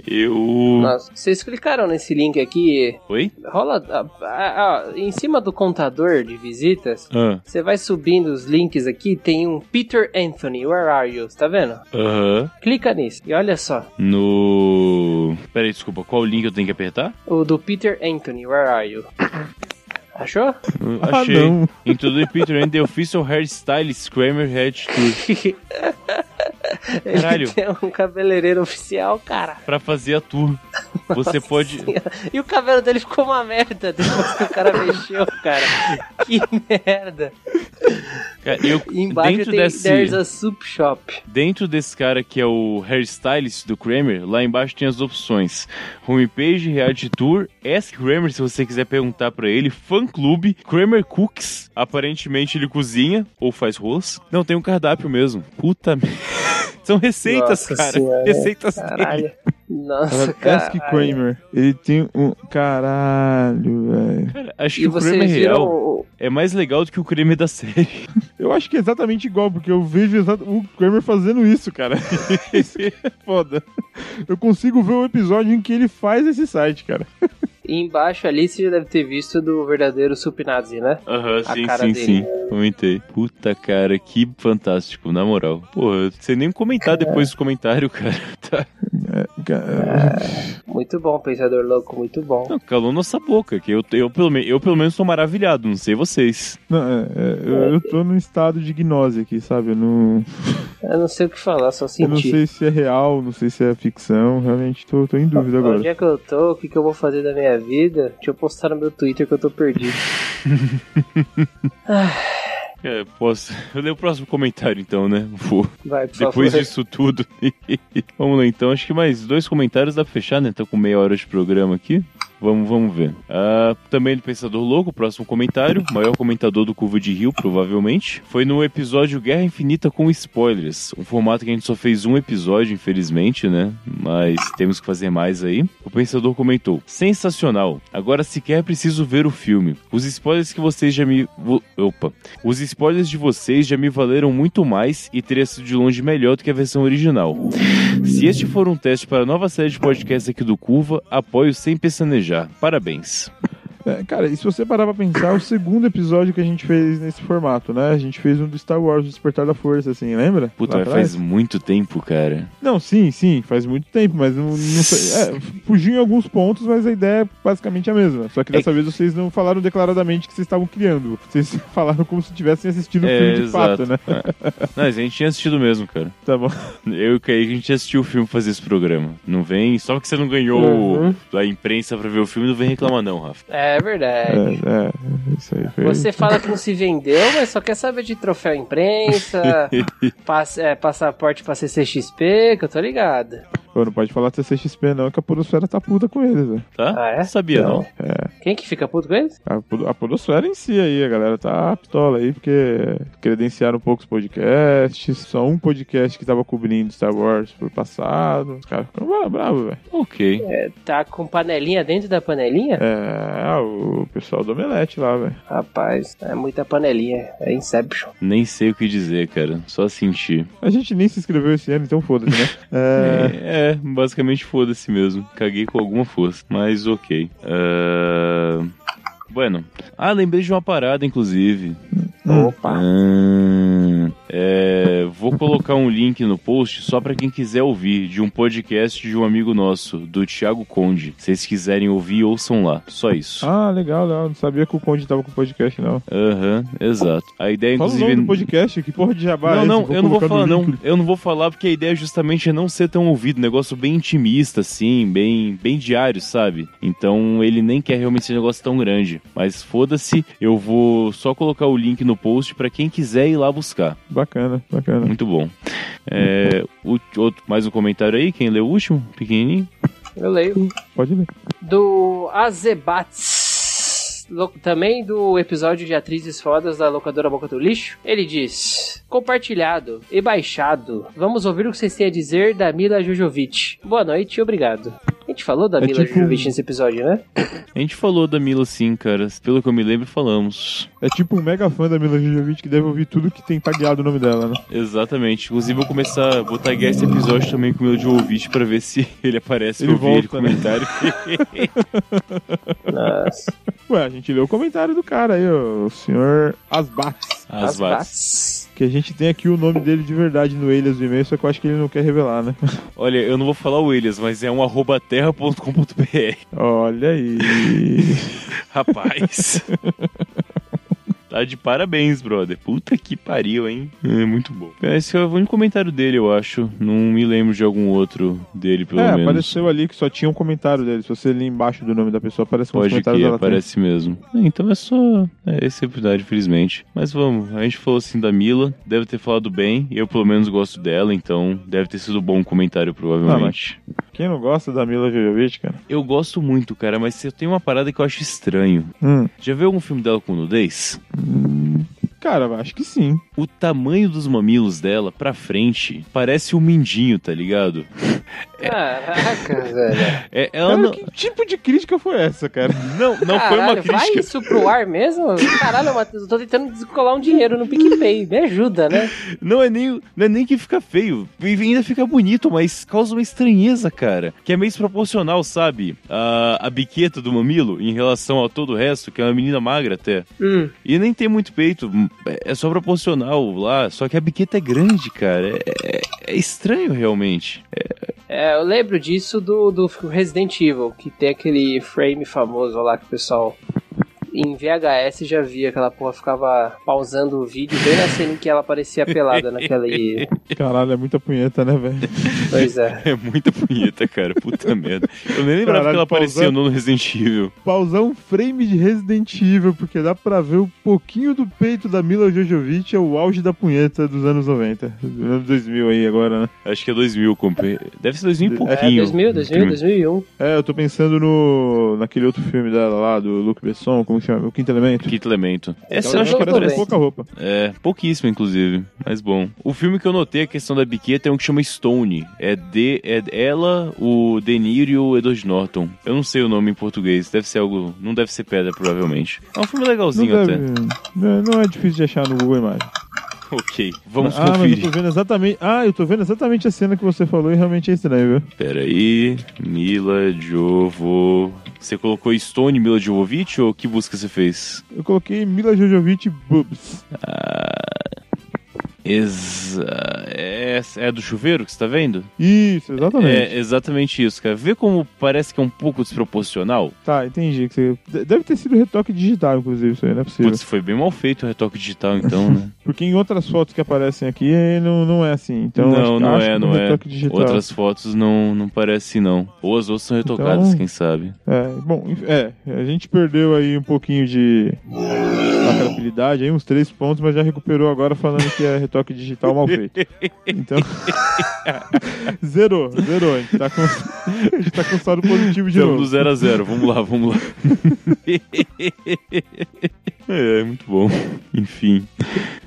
D: eu.
B: Nossa, vocês clicaram nesse link aqui,
D: Oi?
B: rola. ah, ah, ah, em cima do contador de visitas,
D: Ah,
B: você vai subindo os links aqui, tem um Peter Anthony, where are you? Tá vendo?
D: Aham.
B: Clica nisso e olha só.
D: No. Peraí, desculpa, qual link eu tenho que apertar?
B: O do Peter Anthony, where are you? Achou?
A: Ah,
D: Achei.
A: não.
D: Into the Peter and the Official Hairstylist Kramer Head Tour. Caralho.
B: Ele tem um cabeleireiro oficial, cara.
D: Pra fazer a tour. Você
B: Nossa
D: pode.
B: Senhora. E o cabelo dele ficou uma merda depois que o cara mexeu, cara. Que merda.
D: Cara, eu,
B: E embaixo
D: dentro
B: tem
D: desse.
B: There's a Soup Shop.
D: Dentro desse cara que é o hairstylist do Kramer, lá embaixo tem as opções: homepage, reality tour, ask Kramer se você quiser perguntar pra ele, fã clube, Kramer cooks. Aparentemente ele cozinha ou faz rolos. Não, tem um cardápio mesmo. Puta merda. São receitas,
B: Nossa
D: cara.
B: senhora.
D: Receitas dele.
B: Caralho. Nossa, cara.
A: Ask Kramer. Ele tem um. Caralho, velho.
D: Cara, acho
B: E
D: que o Kramer
B: vocês viram
D: real
B: o-
D: é mais legal do que o Kramer da série.
A: Eu acho que é exatamente igual, porque eu vejo exata- o Kramer fazendo isso, cara. isso que é foda. Eu consigo ver o episódio em que ele faz esse site, cara.
B: e embaixo ali você já deve ter visto do verdadeiro Supinazi, né?
D: Aham,
B: A
D: sim,
B: cara
D: sim,
B: dele.
D: sim. Comentei. Puta cara, que fantástico, na moral. Porra, sem nem
B: É.
D: comentar depois do comentário, cara. Tá.
A: Cara,
B: Muito bom, Pensador Louco, muito bom.
D: Não, calou nossa boca, que eu, eu, pelo, me- eu pelo menos sou maravilhado, não sei vocês.
A: Não, é, é, eu, eu tô num estado de gnose aqui, sabe? Eu não,
B: Eu não sei o que falar, só
A: eu não
B: senti.
A: sei se é real, não sei se é ficção. Realmente tô, tô em dúvida agora.
B: Onde é que eu tô? O que, que eu vou fazer da minha vida? Deixa eu postar no meu Twitter que eu tô perdido.
D: É, posso. Eu leio o próximo comentário então, né? Vou.
B: Vai, por
D: Depois
B: favor.
D: disso tudo. vamos lá então, acho que mais dois comentários dá pra fechar, né? Então com meia hora de programa aqui. Vamos, vamos ver. Ah, também do Pensador Louco, próximo comentário. Maior comentador do Curva de Rio, provavelmente. Foi no episódio Guerra Infinita com spoilers. Um formato que a gente só fez um episódio, infelizmente, né? Mas temos que fazer mais aí. O Pensador comentou: Sensacional. Agora sequer preciso ver o filme. Os spoilers que vocês já me. vo- Opa. Os spoilers de vocês já me valeram muito mais e teria sido de longe melhor do que a versão original. Se este for um teste para a nova série de podcast aqui do Curva, apoio sem pestanejar. Parabéns.
A: É, cara, e se você parar pra pensar, o segundo episódio que a gente fez nesse formato, né? A gente fez um do Star Wars, o Despertar da Força, assim, lembra?
D: Puta,
A: Lá
D: mas
A: atrás?
D: faz muito tempo, cara.
A: Não, sim, sim, faz muito tempo, mas não, não foi- é, fugiu em alguns pontos, mas a ideia é basicamente a mesma. Só
D: É
A: que dessa vez vocês não falaram declaradamente que vocês estavam criando. Vocês falaram como se tivessem assistido o
D: É,
A: filme de
D: exato.
A: fato, né?
D: Não, mas a gente tinha assistido mesmo, cara.
A: Tá bom.
D: Eu e o Kaique, a gente assistiu o filme fazer esse programa. Não vem, só que você não ganhou
B: Uhum.
D: a imprensa pra ver o filme, não vem reclamar não, Rafa.
B: É
A: É,
B: verdade.
A: é, isso aí. Foi...
B: Você fala que não se vendeu, mas só quer saber de troféu imprensa, pass- é, passaporte pra CCXP, que eu tô ligado.
A: Pô, não pode falar de CCXP não, que a Podosfera tá puta com eles, velho.
D: Tá?
B: Ah, é?
D: Não sabia, não.
B: Quem que fica puto com eles?
A: A, pod- a Podosfera em si aí, a galera tá pistola aí, porque credenciaram poucos podcasts, só um podcast que tava cobrindo Star Wars por passado. Os caras ficam bra- bravos, velho.
D: Ok.
B: Tá com panelinha dentro da panelinha?
A: É, o pessoal do Omelete lá, velho.
B: Rapaz, é muita panelinha. É Inception.
D: Nem sei o que dizer, cara. Só sentir.
A: A gente nem se inscreveu esse ano, então foda-se, né? É,
D: É, é, basicamente foda-se mesmo. Caguei com alguma força, mas ok. Ah, Bueno. Ah, lembrei de uma parada, inclusive.
A: Hum.
B: Opa.
D: Ah, É, vou colocar um link no post só para quem quiser ouvir, de um podcast de um amigo nosso, do Thiago Conde. Se vocês quiserem ouvir, ouçam lá. Só isso.
A: Ah, legal, legal. Não sabia que o Conde tava com podcast, não.
D: Aham, exato. A ideia,
A: Fala o
D: inclusive.
A: nome do podcast, que porra de jabá é
D: Não,
A: esse?
D: não, eu não vou
A: colocar
D: falar,
A: no
D: não.
A: link.
D: Eu não vou falar porque a ideia justamente é não ser tão ouvido. Um negócio bem intimista, assim, bem, bem diário, sabe? Então ele nem quer realmente ser um negócio tão grande. Mas foda-se, eu vou só colocar o link no post pra quem quiser ir lá buscar.
A: Bacana, bacana.
D: Muito bom. É, o- outro, mais um comentário aí, quem leu o último? Pequenininho?
B: Eu leio.
A: Pode ler.
B: do Azebates, lo- também do episódio de Atrizes Fodas da locadora Boca do Lixo. Ele diz: compartilhado e baixado. Vamos ouvir o que vocês têm a dizer da Mila Jojovic. Boa noite e obrigado. A gente falou da
A: É
B: Mila
A: tipo-
D: um
B: Jojovic nesse episódio, né?
D: A gente falou da Mila sim, cara. Pelo que eu me lembro, falamos.
A: É tipo um mega fã da Mila Jojovic que deve ouvir tudo que tem tagueado o nome dela, né?
D: Exatamente. Inclusive, eu vou começar, vou taguear esse episódio também com o meu de ouvinte pra ver se ele aparece
A: Ele
D: pra ouvir
A: volta, né?
D: ele comentário.
B: Nossa.
A: Ué, a gente leu o comentário do cara aí, ó, o senhor Asbates.
D: As vacas.
B: Azebates.
A: Que a gente tem aqui o nome dele de verdade no Elias do e-mail, só que eu acho que ele não quer revelar, né?
D: Olha, eu não vou falar o Williams, mas é um arroba terra.com.br.
A: Olha aí.
D: Rapaz. Tá de parabéns, brother. Puta que pariu, hein? É muito bom. Esse é o único comentário dele, eu acho. Não me lembro de algum outro dele, pelo
A: é,
D: menos.
A: apareceu ali que só tinha um comentário dele. Se você ler embaixo do nome da pessoa, aparece um
D: Pode
A: comentário
D: que,
A: dela. também.
D: aparece mesmo. É, Então é só é, esse episódio, infelizmente. Mas vamos, a gente falou assim da Mila, deve ter falado bem, eu pelo menos gosto dela, então deve ter sido bom o comentário, provavelmente.
A: Quem não gosta da Mila Jojovic, cara?
D: Ah, Eu gosto muito, cara, mas eu tenho uma parada que eu acho estranho.
A: Hum.
D: Já viu algum filme dela com nudez?
A: Cara, acho que sim.
D: O tamanho dos mamilos dela pra frente parece um mindinho, tá ligado?
B: Caraca, velho.
D: É, ela
A: Cara,
D: não,
A: que tipo de crítica foi essa, cara?
D: não, não foi uma
B: Caralho, Vai
D: crítica.
B: isso pro ar mesmo? Caralho, Matheus, eu tô tentando descolar um dinheiro no PicPay. Me ajuda, né?
D: Não é, nem, não é nem que fica feio, e ainda fica bonito, mas causa uma estranheza, cara. Que é meio desproporcional, sabe? A, a biqueta do mamilo em relação a todo o resto, que é uma menina magra até.
B: Hum.
D: E nem tem muito peito, é- é só proporcional lá, só que a biqueta é grande, cara. É, é- é estranho realmente.
B: É, eu lembro disso do, do Resident Evil, que tem aquele frame famoso lá que o pessoal em VHS já via aquela porra, ficava pausando o vídeo bem na cena em que ela aparecia pelada naquele.
A: Caralho, é muita punheta, né, velho?
B: Pois é.
D: É muita punheta, cara. Puta merda. Eu nem lembrava
A: Caralho,
D: que ela aparecia
A: pausando.
D: no Resident Evil.
A: Pausar um frame de Resident Evil, porque dá pra ver um pouquinho do peito da Mila Jojovic, é o auge da punheta dos anos 90. Dos anos 2000 aí agora, né?
D: Acho que é 2000, comprei. Deve ser 2000 e
B: É,
D: pouquinho.
B: 2000, 2000, 2001.
A: É, eu tô pensando no naquele outro filme dela lá, do Luc Besson, como chama? O Quinto Elemento.
D: Quinto elemento. Essa É, eu
A: Ela
D: acho
B: Não,
D: que
A: parece
D: parece.
A: com pouca roupa.
D: É, pouquíssimo, inclusive. Mas bom. O filme que eu notei a questão da biqueta é um que chama Stone. É de é ela, o De Niro e o Edward Norton. Eu não sei o nome em português. Deve ser algo. Não deve ser pedra, provavelmente. É um filme
A: Não,
D: legalzinho
A: deve...
D: até.
A: é, não é difícil de achar no Google Imagem.
D: Ok. Vamos
A: ah, mas eu
D: conferir.
A: tô vendo exatamente. Ah, eu tô vendo exatamente a cena que você falou e realmente é estranho, viu?
D: Peraí. Mila Jovo. Você colocou Stone Mila Jovovich ou que busca você fez?
A: Eu coloquei Mila Jojovic Boobs.
D: Exa... É, é do chuveiro que você tá vendo?
A: Isso, exatamente.
D: É exatamente isso, cara. Vê como parece que é um pouco desproporcional.
A: Tá, entendi. que você- de- Deve ter sido retoque digital, inclusive, isso aí, não é possível.
D: Putz, foi bem mal feito o retoque digital, então, né?
A: Porque em outras fotos que aparecem aqui eh, não, não é assim. Então,
D: Não,
A: acho que-
D: não
A: acho
D: é,
A: que
D: não é.
A: retoque digital.
D: Outras fotos não, não parecem, não. Ou as outras são retocadas,
A: Então-
D: quem sabe.
A: É, bom, enf- é, a gente perdeu aí um pouquinho de atrapalhidade, aí uns três pontos, mas já recuperou agora falando que é retoque digital mal feito. Então, zerou, zerou. A gente tá com, a gente tá com saldo positivo de
D: Estamos
A: novo.
D: do 0 a 0 vamos lá, vamos lá. é, muito bom. Enfim.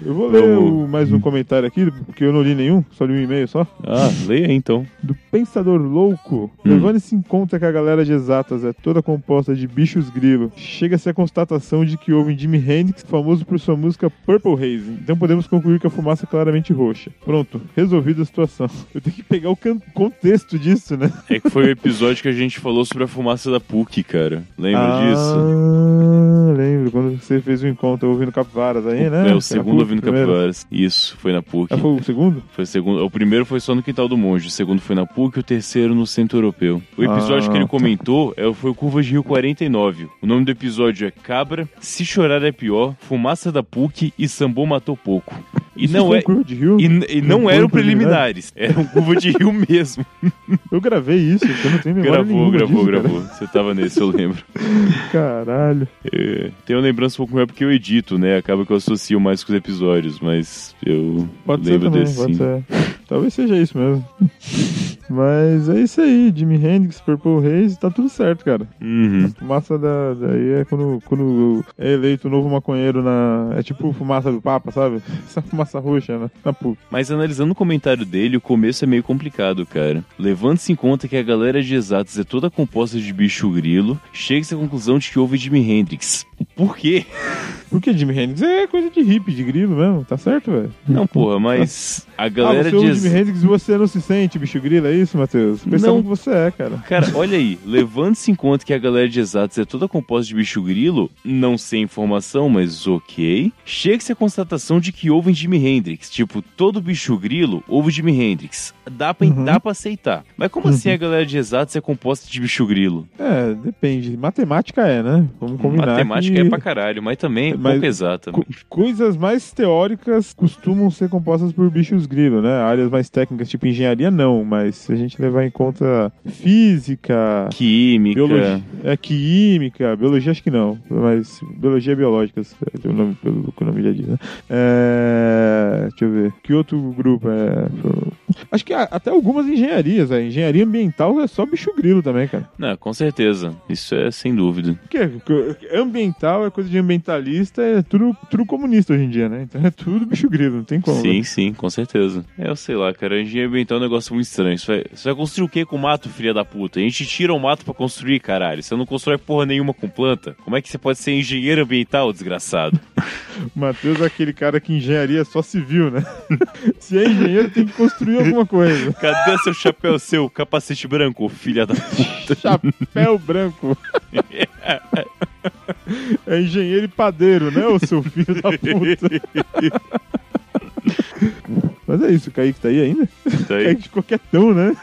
A: Eu vou ler
D: Vamos.
A: o- mais um comentário aqui, porque eu não li nenhum, só li um e-mail só.
D: Ah, leia aí, então.
A: do Pensador Louco,
D: Hum.
A: levando-se em conta que a galera de exatas é toda composta de bichos grilo, chega-se à constatação de que houve em Jimi Hendrix, famoso por sua música Purple Haze. Então podemos concluir que a fumaça é claramente roxa. Pronto, resolvida a situação. Eu tenho que pegar o can- contexto disso, né?
D: É que foi o episódio que a gente falou sobre a fumaça da PUC, cara. Lembra disso?
A: Ah, lembro, Ah, lembro quando você fez o encontro ouvindo Capivaras aí, né?
D: É,
A: Foi
D: o
A: na
D: segundo
A: PUC,
D: ouvindo
A: primeiro?
D: Capivaras. Isso, foi na PUC.
A: Ah, foi o segundo?
D: Foi o, segundo, o primeiro foi só no Quintal do Monge, o segundo foi na PUC, o terceiro no Centro Europeu. O episódio
A: Ah,
D: que ele
A: tá.
D: comentou é, foi o Curvas de Rio 49. O nome do episódio é Cabra, Se Chorar é Pior, Fumaça da PUC e Sambô Matou Pouco. E
A: Isso
D: não
A: foi
D: é...
A: um Curva de Rio? né?
D: E, n- e não
A: Não
D: eram
A: foi preliminar?
D: preliminares, eram curva de rio mesmo.
A: Eu gravei isso, porque eu não tenho memória
D: gravou,
A: nenhuma
D: gravou,
A: disso, cara.
D: gravou. Você tava nesse, eu lembro.
A: Caralho.
D: É, tenho uma lembrança um pouco melhor porque eu edito, né? Acaba que eu associo mais com os episódios, mas eu
A: Pode ser
D: lembro
A: também,
D: desse
A: pode
D: sim.
A: ser. Talvez seja isso mesmo. Mas é isso aí, Jimi Hendrix, Purple Haze, tá tudo certo, cara.
D: Uhum.
A: Fumaça da, daí é quando, quando é eleito o novo maconheiro na. É tipo fumaça do Papa, sabe? Essa fumaça roxa né? na, na PUC.
D: Mas analisando o comentário dele, o começo é meio complicado, cara. Levando-se em conta que a galera de exatos é toda composta de bicho grilo, chega-se à conclusão de que houve Jimi Hendrix. Por quê?
A: Porque Jimi Hendrix é coisa de hippie, de grilo mesmo, tá certo, velho?
D: Não, porra, mas a
A: Ah,
D: galera
A: você
D: de
A: ouve Jimi
D: exatos.
A: Hendrix e você não se sente bicho grilo, é isso, Matheus? Pensando
D: Não.
A: que você é, cara.
D: Cara, olha aí, levando-se em conta que a galera de exatos é toda composta de bicho grilo, não sei a informação, mas ok. Chega-se à constatação de que houve em Jimi Hendrix. Tipo, todo bicho grilo houve Jimi Hendrix. Dá pra,
A: Uhum.
D: dá pra aceitar. Mas como assim a galera de exatos é composta de bicho grilo?
A: É, depende. Matemática é, né? Vamos combinar.
D: Matemática
A: que
D: é pra caralho, mas também é
A: Mas-
D: pouco exata.
A: co- Coisas mais teóricas costumam ser compostas por bichos grilo, né? Áreas mais técnicas, tipo engenharia, não. Mas se a gente levar em conta física,
D: Química.
A: Biologia. É química, biologia acho que não, mas biologia é biológica, se- o nome, pelo que o nome já diz, né? É, deixa eu ver. Que outro grupo é. Acho que a- até algumas engenharias, a engenharia ambiental é só bicho grilo também, cara.
D: Não, com certeza. Isso é sem dúvida.
A: Porque ambiental é coisa de ambientalista, é tudo, tudo comunista hoje em dia, né? Então é tudo bicho grilo, não tem como. né?
D: Sim, sim, com certeza. É, eu sei lá, cara. Engenharia ambiental é um negócio muito estranho. Você vai, você vai construir o que com mato, filha da puta? A gente tira o mato pra construir, caralho. Você não constrói porra nenhuma com planta? Como é que você pode ser engenheiro ambiental, desgraçado?
A: Matheus é aquele cara que engenharia é só civil, né? Se é engenheiro, tem que construir alguma coisa.
D: Cadê seu chapéu, seu capacete branco, filha da puta?
A: Chapéu branco. É engenheiro e padeiro, né, ô seu filho da puta? Mas é isso, o Kaique tá aí ainda?
D: Tá aí.
A: Kaique ficou quietão, né?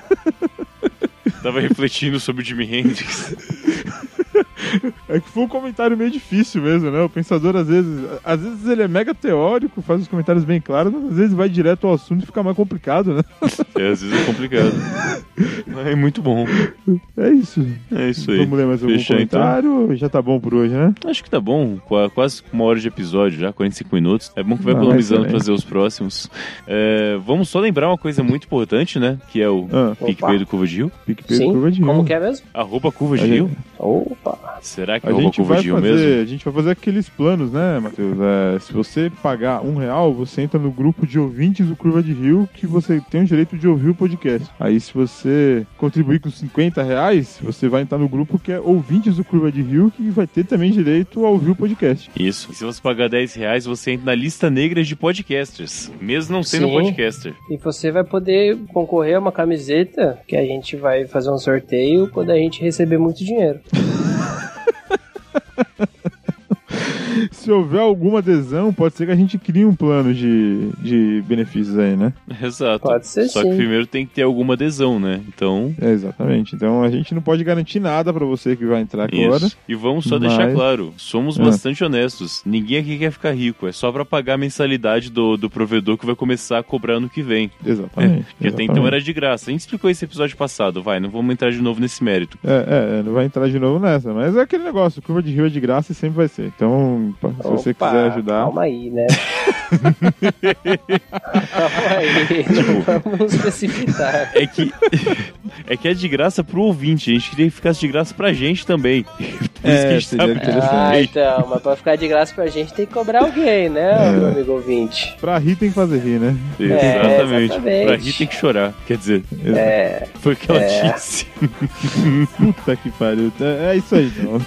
D: Tava refletindo sobre o Jimi Hendrix.
A: É que foi um comentário meio difícil mesmo, né? O pensador, às vezes, às vezes ele é mega teórico, faz os comentários bem claros, mas às vezes vai direto ao assunto e fica mais complicado, né?
D: É, às vezes é complicado. Mas é muito bom.
A: É isso.
D: É isso aí.
A: Vamos ler mais algum
D: Fechou, então?
A: comentário? Já tá bom por hoje, né?
D: Acho que tá bom, qua- quase uma hora de episódio já, 45 minutos. É bom que vai
A: Não,
D: economizando pra
A: Ah, excelente.
D: fazer os próximos. É, vamos só lembrar uma coisa muito importante, né? Que é o
A: Ah,
D: PicPay do Curva de Rio.
A: PicPay
B: Sim,
A: curva de
B: como
A: Rio.
B: que é mesmo?
D: Arroba Curva de
A: A gente-
D: Rio.
B: Opa!
D: Será que é
A: A
D: arroba
A: gente,
D: Curva
A: vai
D: de Rio
A: fazer,
D: mesmo?
A: a gente vai fazer aqueles planos, né, Matheus? É, se você pagar um real, você entra no grupo de ouvintes do Curva de Rio que você tem o direito de ouvir o podcast. Aí, se você contribuir com 50 reais, você vai entrar no grupo que é ouvintes do Curva de Rio que vai ter também direito a ouvir o podcast.
D: Isso. E se você pagar 10 reais, você entra na lista negra de podcasters. Mesmo não sendo
B: Sim.
D: podcaster.
B: E você vai poder concorrer a uma camiseta que a gente vai fazer um sorteio quando a gente receber muito dinheiro.
A: Se houver alguma adesão, pode ser que a gente crie um plano de, de benefícios aí, né?
D: Exato.
B: Pode ser
D: Só que
B: sim.
D: primeiro tem que ter alguma adesão, né? Então.
A: É, exatamente. Então, a gente não pode garantir nada pra você que vai entrar agora.
D: Isso. E vamos só
A: Mas-
D: deixar claro, somos
A: Ah.
D: bastante honestos. Ninguém aqui quer ficar rico, é só pra pagar a mensalidade do, do provedor que vai começar a cobrar ano que vem.
A: Exatamente.
D: Que até
A: exatamente.
D: então era de graça. A gente explicou esse episódio passado, vai, não vamos entrar de novo nesse mérito.
A: É, é, é, não vai entrar de novo nessa, mas é aquele negócio, curva de rio é de graça e sempre vai ser. Então, pa- se você
B: Opa,
A: quiser ajudar,
B: Calma aí, né? calma aí.
A: Tipo,
B: Não vamos precipitar.
D: É que é que é de graça pro ouvinte, a gente queria que ficasse de graça pra gente também. Por isso
A: É,
D: que a gente
A: seria
D: tá
A: interessante.
B: Ah, então, mas pra ficar de graça pra gente tem que cobrar alguém, né,
D: É.
B: meu amigo ouvinte?
A: pra rir tem que fazer rir, né?
D: Exatamente.
B: exatamente.
D: Pra rir tem que chorar. Quer dizer,
A: É.
D: foi o que ela
B: É.
D: disse.
A: Puta que pariu. É, é isso aí, então.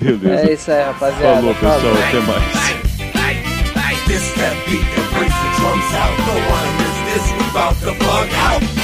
D: Beleza.
B: É isso aí, rapaziada.
D: Falou, pessoal.
B: Falou.
D: Até mais.
F: Hey, hey, this that beat that brings the drums out. No one is this without the bug out.